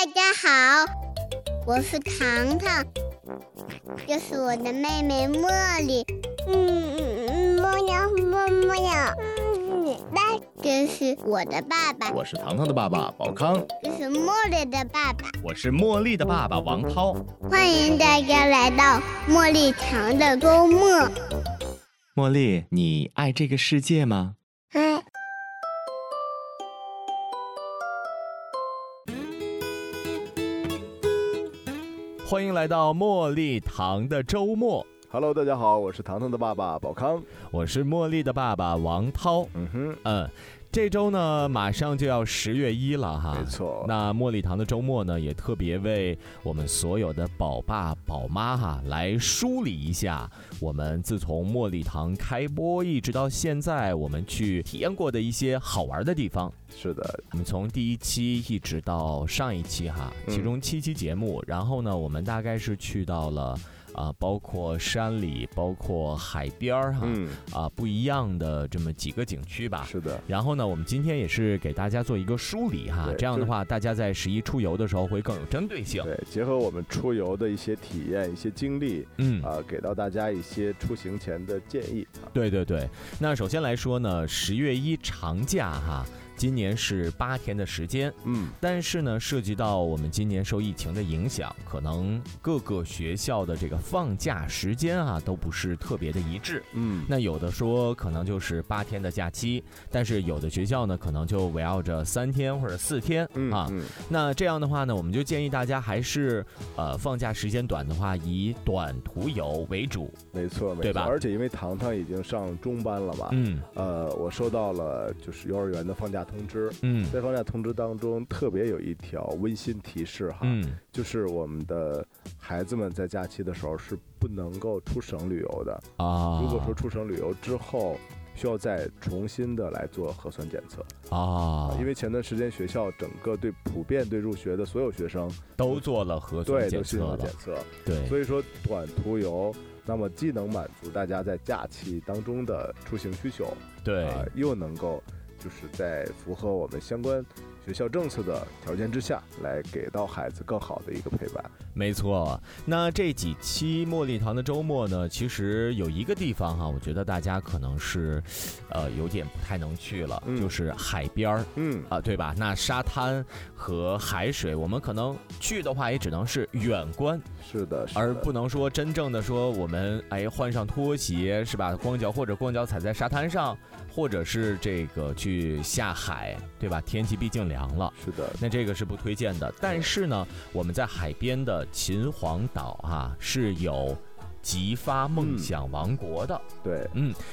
好，我是糖糖，这是我的妹妹茉莉。嗯嗯嗯，茉莉茉茉莉，嗯，那这是我的爸爸，我是糖糖的爸爸宝康，这是茉莉的爸爸。我是茉莉的爸爸王涛。欢迎大家来到茉莉糖的周末。茉莉，你爱这个世界吗？哎，欢迎来到茉莉堂的周末， Hello，大家好，我是糖糖的爸爸宝康。我是茉莉的爸爸王涛。嗯哼，嗯，这周呢，马上就要十月一了哈。没。错。那茉莉堂的周末呢，也特别为我们所有的宝爸宝妈哈来梳理一下我们自从茉莉堂开播一直到现在，我们去体验过的一些好玩的地方。是的，我们从第一期一直到上一期哈，嗯其中七期节目，然后呢，我们大概是去到了啊、包括山里，包括海边儿哈，啊、嗯，不一样的这么几个景区吧。是的，然后呢，我们今天也是给大家做一个梳理哈，对这样就的是话，大家在十一出游的时候会更有针对性。对，结合我们出游的一些体验、一些经历，嗯，啊、给到大家一些出行前的建议啊。对对对。那首先来说呢，十月一长假哈，今年是八天的时间，嗯，但是呢，涉及到我们今年受疫情的影响，可能各个学校的这个放假时间啊，都不是特别的一致。嗯，那有的说可能就是八天的假期，但是有的学校呢，可能就围绕着三天或者四天嗯啊。嗯那这样的话呢，我们就建议大家还是，呃，放假时间短的话，以短途游为主。没错，没对错。吧而且因为糖糖已经上中班了嘛，嗯呃，我收到了就是幼儿园的放假通知，嗯在放假通知当中特别有一条温馨提示哈，嗯，就是我们的孩子们在假期的时候是不能够出省旅游的。啊，如果说出省旅游之后，需要再重新的来做核酸检测，啊，因为前段时间学校整个对普遍对入学的所有学生，都做了核酸对检都测进行了了哎检，测，对，所以说短途游。那么既能满足大家在假期当中的出行需求，对，啊、又能够就是在符合我们相关学校政策的条件之下，来给到孩子更好的一个陪伴。没错，啊那这几期茉莉堂的周末呢，其实有一个地方哈、我觉得大家可能是，呃，有点不太能去了，嗯就是海边儿嗯，啊、对吧？那沙滩和海水，我们可能去的话，也只能是远观，是的，是的而不能说真正的说我们哎换上拖鞋是吧？光脚或者光脚踩在沙滩上，或者是这个去下海，对吧？天气毕竟凉了。是的，那这个是不推荐的。但是呢，我们在海边的秦皇岛啊是有。激发梦想王国的、对，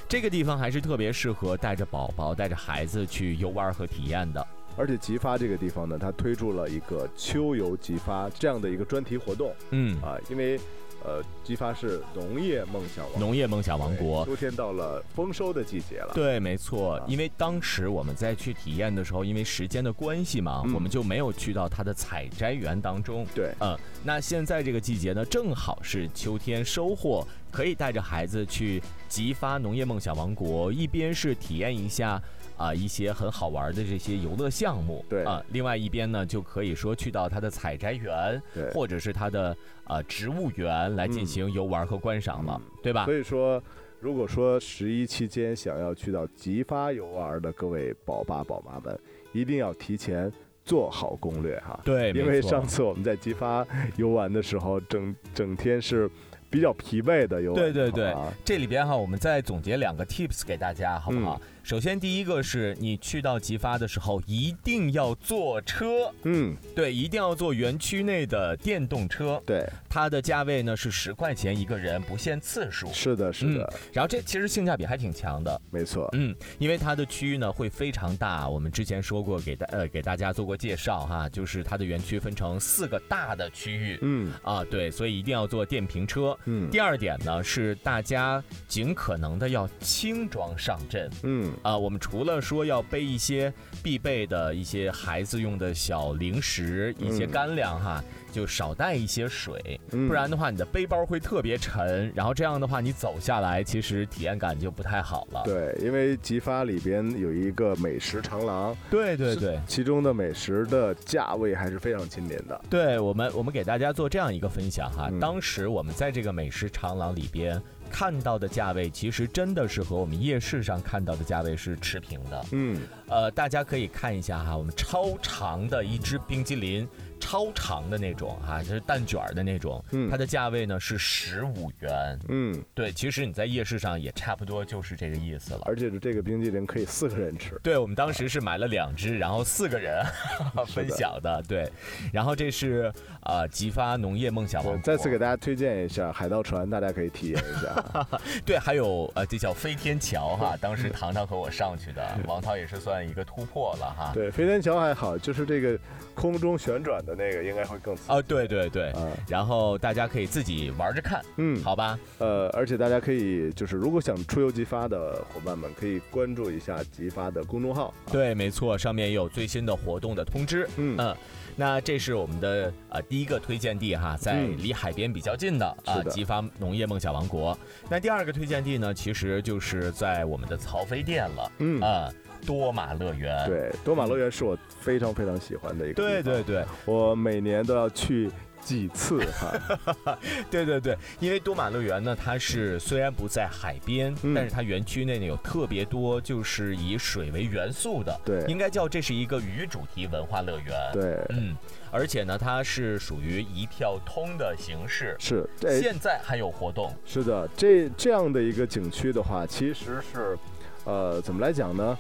这个地方还是特别适合带着宝宝、带着孩子去游玩和体验的。而且吉发这个地方呢，它推出了一个秋游吉发这样的一个专题活动嗯，啊，因为呃，吉发是农业梦想王国农业梦想王国对，秋天到了丰收的季节了，对，没错啊。因为当时我们在去体验的时候，因为时间的关系嘛，嗯我们就没有去到它的采摘园当中。对嗯，那现在这个季节呢，正好是秋天收获，可以带着孩子去激发农业梦想王国，一边是体验一下。啊、一些很好玩的这些游乐项目，对啊、另外一边呢，就可以说去到它的采摘园，对或者是它的呃植物园来进嗯行游玩和观赏了，对吧所？以说。如果说十一期间想要去到吉发游玩的各位宝爸宝妈们，一定要提前做好攻略哈。对，因没为错上次我们在吉发游玩的时候，整整天是比较疲惫的游玩、啊。对对对这里边哈，我们再总结两个 tips 给大家，好不好？首先，第一个是你去到吉发的时候，一定要坐车，嗯，对，一定要坐园区内的电动车，对，它的价位呢是十块钱一个人，不限次数。是的，是的，然后这其实性价比还挺强的，没错。嗯，因为它的区域呢会非常大，我们之前说过给大呃给大家做过介绍哈，就是它的园区分成四个大的区域。嗯啊，对，所以一定要坐电瓶车。嗯第二点呢，是大家尽可能的要轻装上阵，嗯，啊，我们除了说要备一些必备的一些孩子用的小零食、一些嗯干粮哈，就少带一些水，嗯不然的话你的背包会特别沉，然后这样的话你走下来其实体验感就不太好了。对，因为吉发里边有一个美食长廊，对对对其中的美食的价位还是非常亲民的。对，我们我们给大家做这样一个分享哈，嗯当时我们在这个美食长廊里边看到的价位，其实真的是和我们夜市上看到的价位是持平的。嗯，呃，大家可以看一下哈，我们超长的一只冰激凌，超长的那种哈，就是蛋卷儿的那种，嗯它的价位呢是十五元。嗯，对，其实你在夜市上也差不多就是这个意思了。而且这个冰激凌可以四个人吃。对，我们当时是买了两只，然后四个人 分享的，对。然后这是呃吉发农业梦想王我国，再次给大家推荐一下海盗船，大家可以体验一 下。对，还有呃这叫飞天桥 哈，当时糖糖和我上去的，王涛也是算一个突破了哈。对，飞天桥还好，就是这个空中旋转的那个应该会更刺激啊，对对对，啊。然后大家可以自己玩着看，嗯，好吧？呃，而且大家可以就是如果想出游吉发的伙伴们，可以关注一下吉发的公众号。对，没错，上面也有最新的活动的通知。嗯嗯，那这是我们的呃第一个推荐地哈，在嗯离海边比较近的啊是，的激发农业梦想王国。那第二个推荐地呢，其实就是在我们的曹妃店了，嗯，啊，多玛乐园。。对，多玛乐园是我非常非常喜欢的一个。对对，对我每年都要去几次哈。对对对，因为多玛乐园呢，它是虽然不在海边，嗯但是它园区内呢有特别多就是以水为元素的，对应该叫这是一个鱼主题文化乐园。对，嗯，而且呢，它是属于一票通的形式。是这现在还有活动，是的，这这样的一个景区的话，其实是，呃，怎么来讲呢？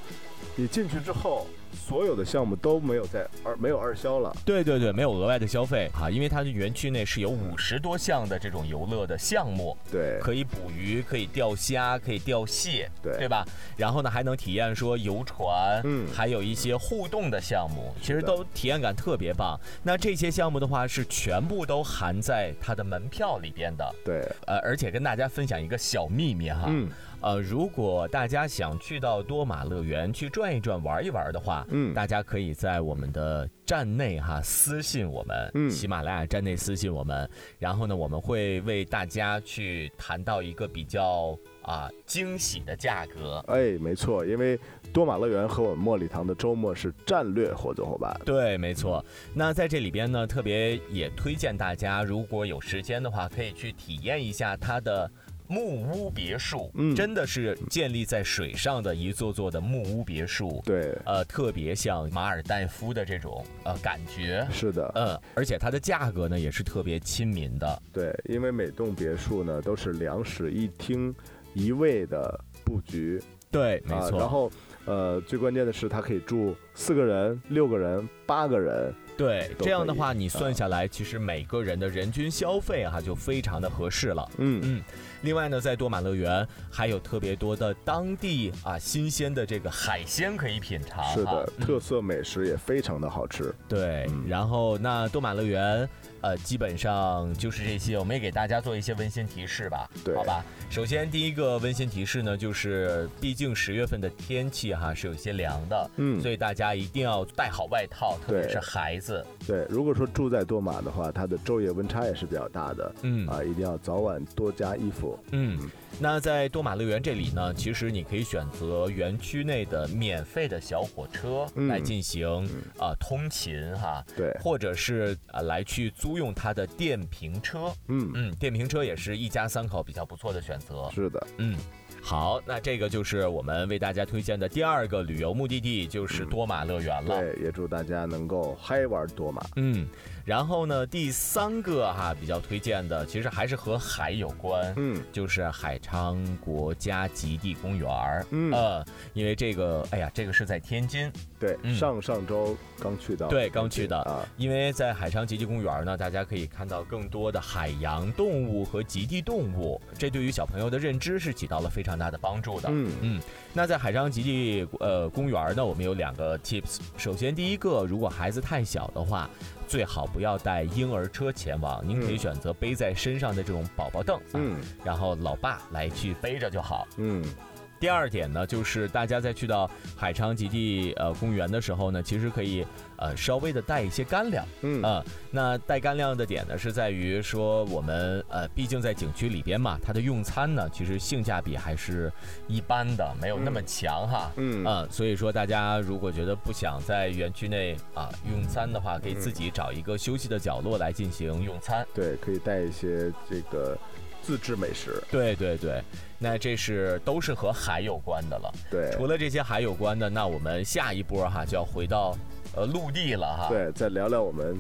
你进去之后，所有的项目都没有在二没有二销了。对对对，没有额外的消费哈、啊因为它的园区内是有五十多项的这种游乐的项目，对可以捕鱼，可以钓虾，可以钓蟹，对对吧？然后呢，还能体验说游船，嗯还有一些互动的项目，其实的都体验感特别棒。那这些项目的话是全部都含在它的门票里边的，对，呃，而且跟大家分享一个小秘密哈，嗯呃，如果大家想去到多玛乐园去转一转、玩一玩的话，嗯大家可以在我们的站内哈私信我们，嗯喜马拉雅站内私信我们，然后呢，我们会为大家去谈到一个比较啊、惊喜的价格。哎，没错，因为多玛乐园和我们茉莉堂的周末是战略合作伙伴。对，没错。那在这里边呢，特别也推荐大家，如果有时间的话，可以去体验一下它的木屋别墅，嗯真的是建立在水上的一座座的木屋别墅。对，呃，特别像马尔代夫的这种呃感觉，是的，嗯，而且它的价格呢也是特别亲民的，对，因为每栋别墅呢都是两室一厅一卫的布局，对，没啊错，然后，呃，最关键的是它可以住四个人、六个人、八个人。对，都这样可的以话你算下来，其实每个人的人均消费哈、就非常的合适了。嗯，嗯，另外呢，在多玛乐园还有特别多的当地啊新鲜的这个海鲜可以品尝哈，是的，嗯特色美食也非常的好吃。对，嗯然后那多玛乐园，呃，基本上就是这些，我们也给大家做一些温馨提示吧，对好吧。首先第一个温馨提示呢，就是毕竟十月份的天气哈是有些凉的，嗯所以大家一定要带好外套，特别对是孩子，对，如果说住在多玛的话，它的昼夜温差也是比较大的，嗯啊，一定要早晚多加衣服。嗯。那在多玛乐园这里呢，其实你可以选择园区内的免费的小火车嗯来进行啊、呃通勤哈，对，或者是啊、呃来去租用它的电瓶车，嗯，嗯，电瓶车也是一家三口比较不错的选择。是的，嗯，好，那这个就是我们为大家推荐的第二个旅游目的地，就是多玛乐园了。嗯对，也祝大家能够嗨玩多玛。嗯，然后呢，第三个哈、比较推荐的，其实还是和海有关。嗯就是海昌国家极地公园儿，嗯呃，因为这个，哎呀，这个是在天津，对，嗯上上周刚去到，对刚去的啊，因为在海昌极地公园呢，大家可以看到更多的海洋动物和极地动物，这对于小朋友的认知是起到了非常大的帮助的。嗯那在海昌极地呃公园呢，我们有两个 tips。首先，第一个，如果孩子太小的话，最好不要带婴儿车前往，您可以嗯选择背在身上的这种宝宝凳，啊，嗯然后老爸来去背着就好。嗯，第二点呢，就是大家在去到海昌极地呃公园的时候呢，其实可以呃稍微的带一些干粮。嗯呃，那带干粮的点呢，是在于说我们呃，毕竟在景区里边嘛，它的用餐呢，其实性价比还是一般的，没有那么强哈。嗯呃所以说大家如果觉得不想在园区内啊、用餐的话，可以自己找一个休息的角落来进行用餐。对，可以带一些这个自制美食，对对对，那这是都是和海有关的了。对除了这些海有关的，那我们下一波哈就要回到呃陆地了哈。对，再聊聊我们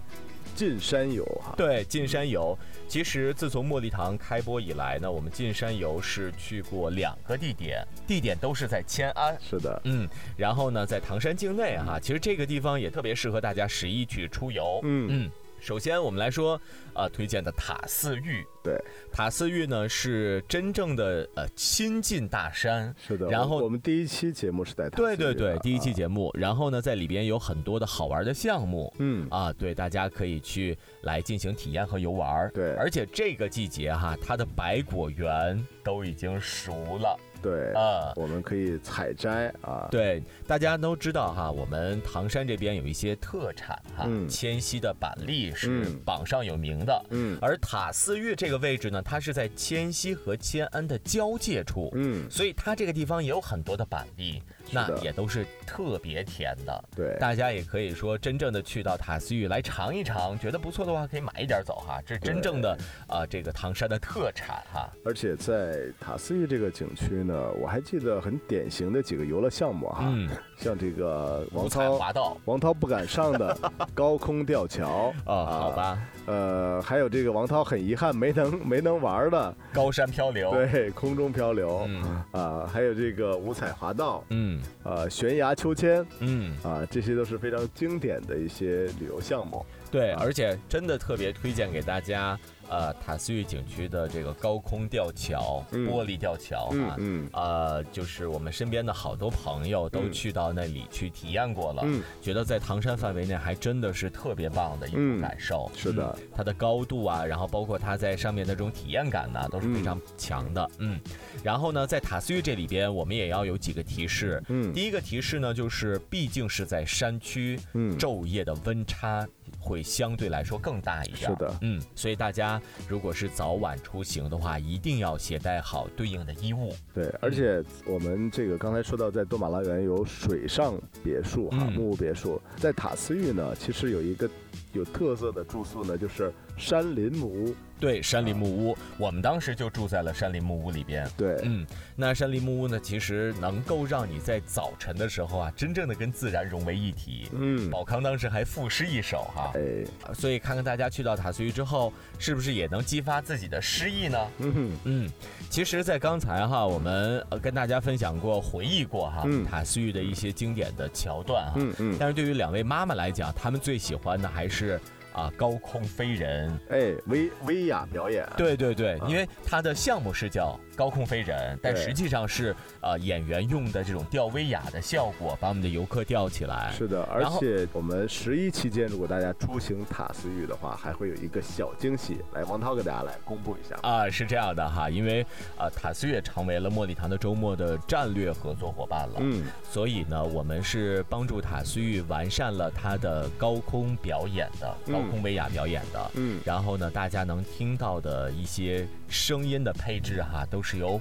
进山游哈，对，进山游，其实自从茉莉堂开播以来呢，我们进山游是去过两个地点，地点都是在迁安。是的，嗯，然后呢，在唐山境内哈、其实这个地方也特别适合大家十一去出游。嗯嗯，首先我们来说，呃，推荐的塔寺峪。对，塔寺峪呢是真正的呃亲近大山，是的。然后我们第一期节目是在塔对斯对里对的，第一期啊节目，然后呢，在里边有很多的好玩的项目，嗯啊，对，大家可以去来进行体验和游玩儿。对而且这个季节哈，它的百果园都已经熟了对，啊。我们可以采摘啊，对，大家都知道哈，我们唐山这边有一些特产哈，嗯迁徙的板栗是嗯榜上有名的。嗯而塔寺峪这个位置呢，它是在迁溪和迁安的交界处，嗯所以它这个地方也有很多的板栗，那的也都是特别甜的。对大家也可以说真正的去到塔斯峪来尝一尝，觉得不错的话可以买一点走哈，这是真正的啊、这个唐山的特产哈。而且在塔斯峪这个景区呢，我还记得很典型的几个游乐项目哈，嗯，像这个啊王五彩涛。滑道王涛不敢上的 高空吊桥啊、好，吧，呃，还有这个王涛很遗憾没能没能玩的，高山漂流，，对，空中漂流，嗯啊，还有这个五彩滑道，嗯啊，悬崖秋千，嗯，啊，这些都是非常经典的一些旅游项目。对，而且真的特别推荐给大家，呃，塔斯峪景区的这个高空吊桥、嗯玻璃吊桥嗯哈。嗯呃，就是我们身边的好多朋友都嗯去到那里去体验过了，嗯，觉得在唐山范围内还真的是特别棒的一种嗯感受。是的嗯，它的高度啊，然后包括它在上面的这种体验感嗯呢、都是非常强的。嗯，然后呢，在塔斯峪这里边，我们也要有几个提示。嗯第一个提示呢，就是毕竟是在山区，嗯，昼夜的温差会相对来说更大一点。是的，嗯，所以大家如果是早晚出行的话，一定要携带好对应的衣物。对，而且我们这个刚才说到，在多马拉原有水上别墅哈，嗯木屋别墅，在塔斯峪呢，其实有一个有特色的住宿呢，就是山林木屋。对，山林木屋，我们当时就住在了山林木屋里边。对，嗯，那山林木屋呢，其实能够让你在早晨的时候啊，真正的跟自然融为一体。嗯，宝康当时还赋诗一首哈、哎，所以看看大家去到塔斯峪之后，是不是也能激发自己的诗意呢？嗯哼，嗯，其实，在刚才哈，我们呃跟大家分享过、回忆过哈、嗯塔斯峪的一些经典的桥段哈。嗯嗯，但是对于两位妈妈来讲，她们最喜欢的还是啊高空飞人。哎，威威亚表演，对对对，啊因为它的项目是叫高空飞人，但对实际上是呃演员用的这种吊威亚的效果，把我们的游客吊起来。是的，而然后且我们十一期间，如果大家出行塔斯峪的话，还会有一个小惊喜，来，王涛给大家来公布一下。啊，是这样的哈，因为呃，塔斯也成为了茉莉堂的周末的战略合作伙伴了，嗯，所以呢，我们是帮助塔斯玉完善了他的高空表演的、嗯高空威亚表演的， 嗯然后呢，大家能听到的一些声音的配置哈，都是由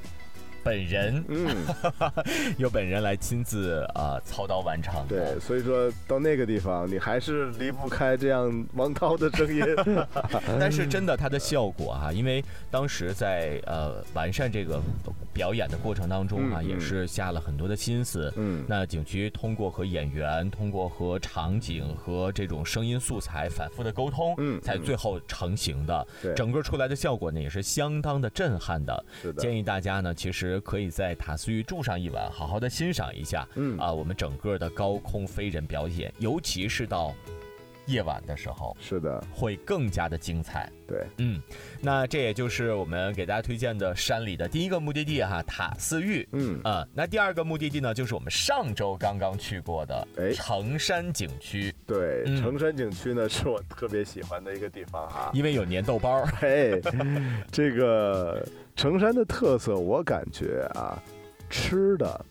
本人嗯， 由本人来亲自呃操刀完成的对，。所以说到那个地方，你还是离不开这样 王涛的声 音。但是真的它的效果啊，因为当时在呃完善这个表演的过程当中啊，嗯嗯也是下了很多的心思。嗯那景区通过和演员，通过和场景和这种声音素材反复的沟通，嗯才最后成型的。对整个出来的效果呢，也是相当的震撼的。是的，建议大家呢，其实可以在塔斯峪住上一晚，好好的欣赏一下。嗯啊，我们整个的高空飞人表演，尤其是到夜晚的时候，是的，会更加的精彩。对，嗯，那这也就是我们给大家推荐的山里的第一个目的地哈，塔斯峪。嗯，啊、那第二个目的地呢，就是我们上周刚刚去过的哎城山景区，对，嗯城山景区呢是我特别喜欢的一个地方哈、因为有粘豆包。 哎嘿，这个城山的特色，我感觉啊，吃的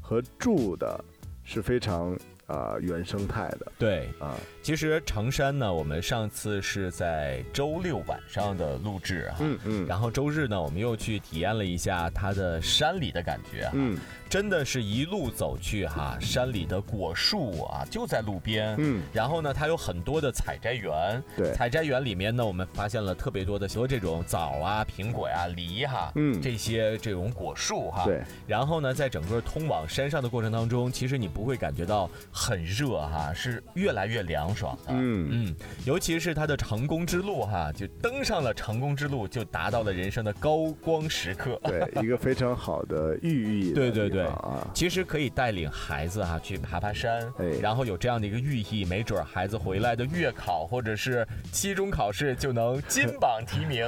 和住的是非常啊、呃原生态的对，啊，其实成山呢，我们上次是在周六晚上的录制哈、嗯嗯然后周日呢，我们又去体验了一下它的山里的感觉、啊，嗯真的是一路走去哈、山里的果树啊就在路边，嗯，然后呢，它有很多的采摘园，对采摘园里面呢，我们发现了特别多的，像这种枣啊、苹果呀、梨哈、嗯这些这种果树哈、对，然后呢，在整个通往山上的过程当中，其实你不会感觉到很热哈、是越来越凉爽的。嗯嗯，尤其是它的成功之路哈，就登上了成功之路，就达到了人生的高光时刻。对，一个非常好的寓意的对对地方对啊，其实可以带领孩子哈、去爬爬山，哎然后有这样的一个寓意，没准儿孩子回来的月考或者是期中考试就能金榜题名，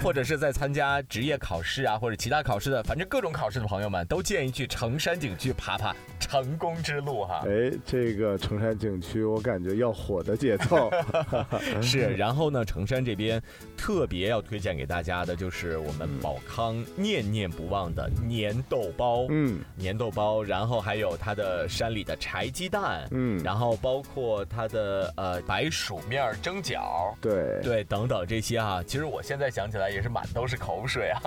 或者是在参加职业考试啊或者其他考试的，反正各种考试的朋友们都建议去成山景区爬爬成功之路哈。哎，这个城山景区我感觉要火的节奏， 是，然后呢，成山这边特别要推荐给大家的就是我嗯们宝康念念不忘的粘豆包，嗯粘豆包，然后还有它的山里的柴鸡蛋，嗯，然后包括它的呃白薯面儿蒸饺。对，对，等等这些哈、其实我现在想起来也是满都是口水 啊。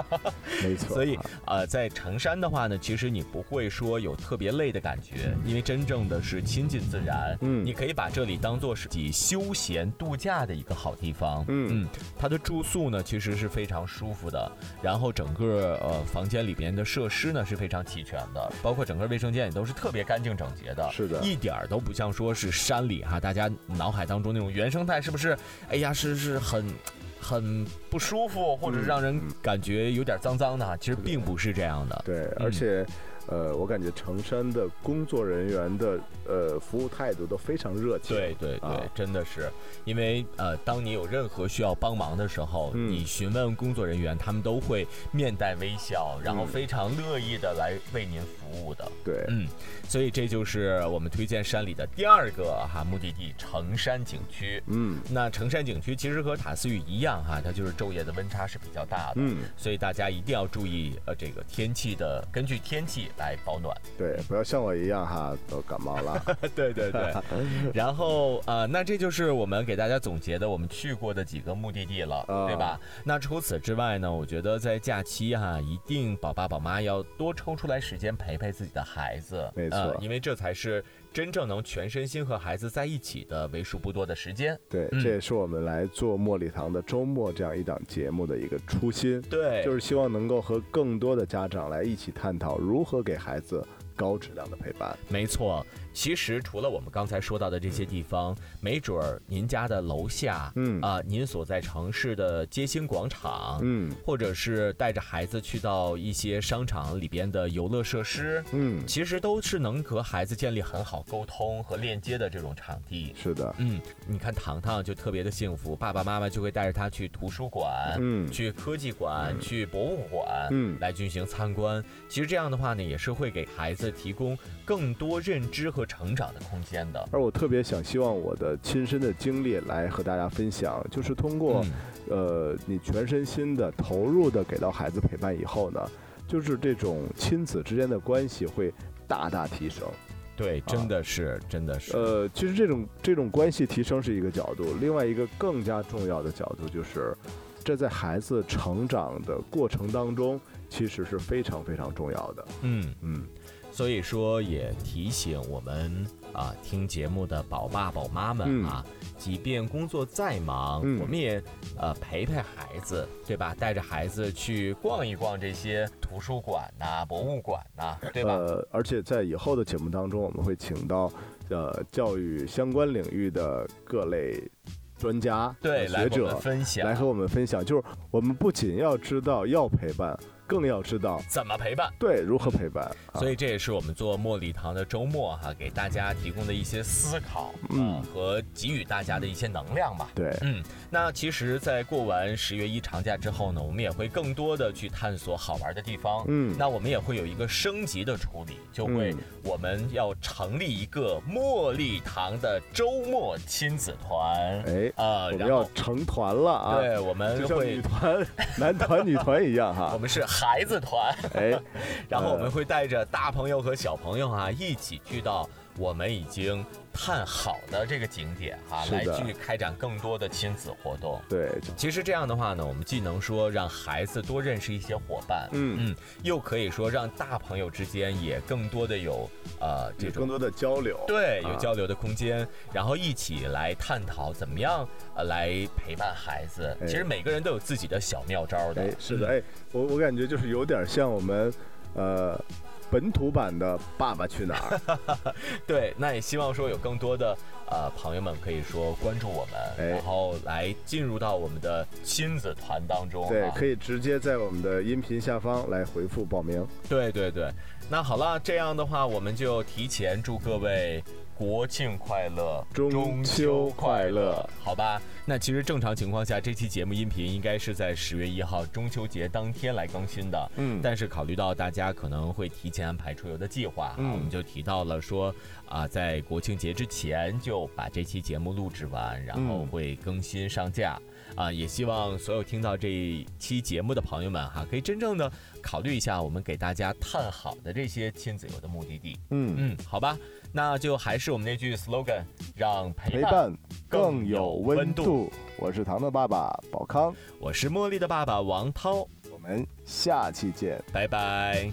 没错啊，所以，呃，在成山的话呢，其实你不会说有特别累的感觉，因为真正的是亲近自然。嗯你可以把这里当做是自己休闲度假的一个好地方。嗯它的住宿呢其实是非常舒服的，然后整个呃房间里边的设施呢是非常齐全的，包括整个卫生间也都是特别干净整洁的。是的一点儿都不像说是山里哈，大家脑海当中那种原生态是不是？哎呀，是是很。很不舒服，或者嗯是让人感觉有点脏脏的哈，其实并不是这样的。对，而且，呃，我感觉成山的工作人员的呃服务态度都非常热情。对对对，啊真的是，因为呃，当你有任何需要帮忙的时候，嗯你询问工作人员，他们都会面带微笑，然后非常乐意的来为您服务的。嗯对嗯，所以这就是我们推荐山里的第二个哈目的地——成山景区。嗯那成山景区其实和塔斯峪一样哈，它就是昼夜的温差是比较大的，嗯，所以大家一定要注意呃这个天气的，根据天气来保暖。对，不要像我一样哈，都感冒 了。对对 对，然后呃，那这就是我们给大家总结的我们去过的几个目的地了，啊对吧？那除此之外呢，我觉得在假期哈、一定宝爸宝妈要多抽出来时间陪陪自己的孩子，没错呃因为这才是真正能全身心和孩子在一起的为数不多的时间。对，嗯这也是我们来做茉莉堂的周末这样一档节目的一个初心，对，就是希望能够和更多的家长来一起探讨如何给孩子高质量的陪伴。没错，其实除了我们刚才说到的这些地方，没准儿您家的楼下，嗯啊、您所在城市的街心广场，嗯或者是带着孩子去到一些商场里边的游乐设施，嗯，其实都是能和孩子建立很好沟通和链接的这种场地。是的，嗯，你看糖糖就特别的幸福，爸爸妈妈就会带着他去图书馆、嗯去科技馆、去博物馆，嗯来进行参观。其实这样的话呢，也是会给孩子提供更多认知和成长的空间的。而我特别想希望我的亲身的经历来和大家分享，就是通过、嗯呃你全身心的投入的给到孩子陪伴以后呢，就是这种亲子之间的关系会大大提升。对，真的是，真的是，啊呃，其实这种这种关系提升是一个角度，另外一个更加重要的角度就是，这在孩子成长的过程当中，其实是非常非常重要的。嗯。嗯，所以说，也提醒我们啊，听节目的宝爸宝妈们啊，即便工作再忙，嗯我们也呃陪陪孩子，对吧？带着孩子去逛一逛这些图书馆呐、博物馆呐、对吧？呃，而且在以后的节目当中，我们会请到呃教育相关领域的各类专家、对，呃学来给我者们分享来和我们分享，就是我们不仅要知道要陪伴，更要知道怎么陪伴。对如何陪伴。啊所以这也是我们做茉莉堂的周末哈、给大家提供的一些思考，嗯嗯，和给予大家的一些能量吧。对，嗯，那其实，在过完十月一长假之后呢，我们也会更多的去探索好玩的地方。嗯那我们也会有一个升级的处理，就会嗯我们要成立一个茉莉堂的周末亲子团。哎，呃，我们然要后成团了啊！对，我们就像女会，团、男团、女团一样我哈。们是孩子团，哎，然后我们会带着大朋友和小朋友啊，一起去到我们已经探好的这个景点啊，是来的去开展更多的亲子活动。对， 其实这样的话呢，我们既能说让孩子多认识一些伙伴，嗯，嗯，又可以说让大朋友之间也更多的有呃这有种更多的交流，对，有啊交流的空间，然后一起来探讨怎么样呃来陪伴孩子。哎其实每个人都有自己的小妙招的哎，，是的，嗯，哎，我我感觉就是有点像我们，呃，本土版的《爸爸去 哪儿》嗯对。那也希望说有更多的呃朋友们可以说关注我们，哎然后来进入到我们的亲子团当中、啊。对，可以直接在我们的音频下方来回复报名。对对对，那好了，这样的话我们就提前祝各位国庆快乐，中秋快乐，好吧？那其实正常情况下，这期节目音频应该是在十月一号中秋节当天来更新的。嗯但是考虑到大家可能会提前安排出游的计划啊，嗯我们就提到了说啊、在国庆节之前就把这期节目录制完，然后嗯会更新上架。啊，也希望所有听到这一期节目的朋友们哈、可以真正的考虑一下我们给大家探好的这些亲子游的目的地。嗯，嗯，好吧，那就还是我们那句 slogan，让陪陪伴更更有有温温度。我是糖的爸爸宝康，我是茉莉的爸爸王涛，我们下期见。拜拜。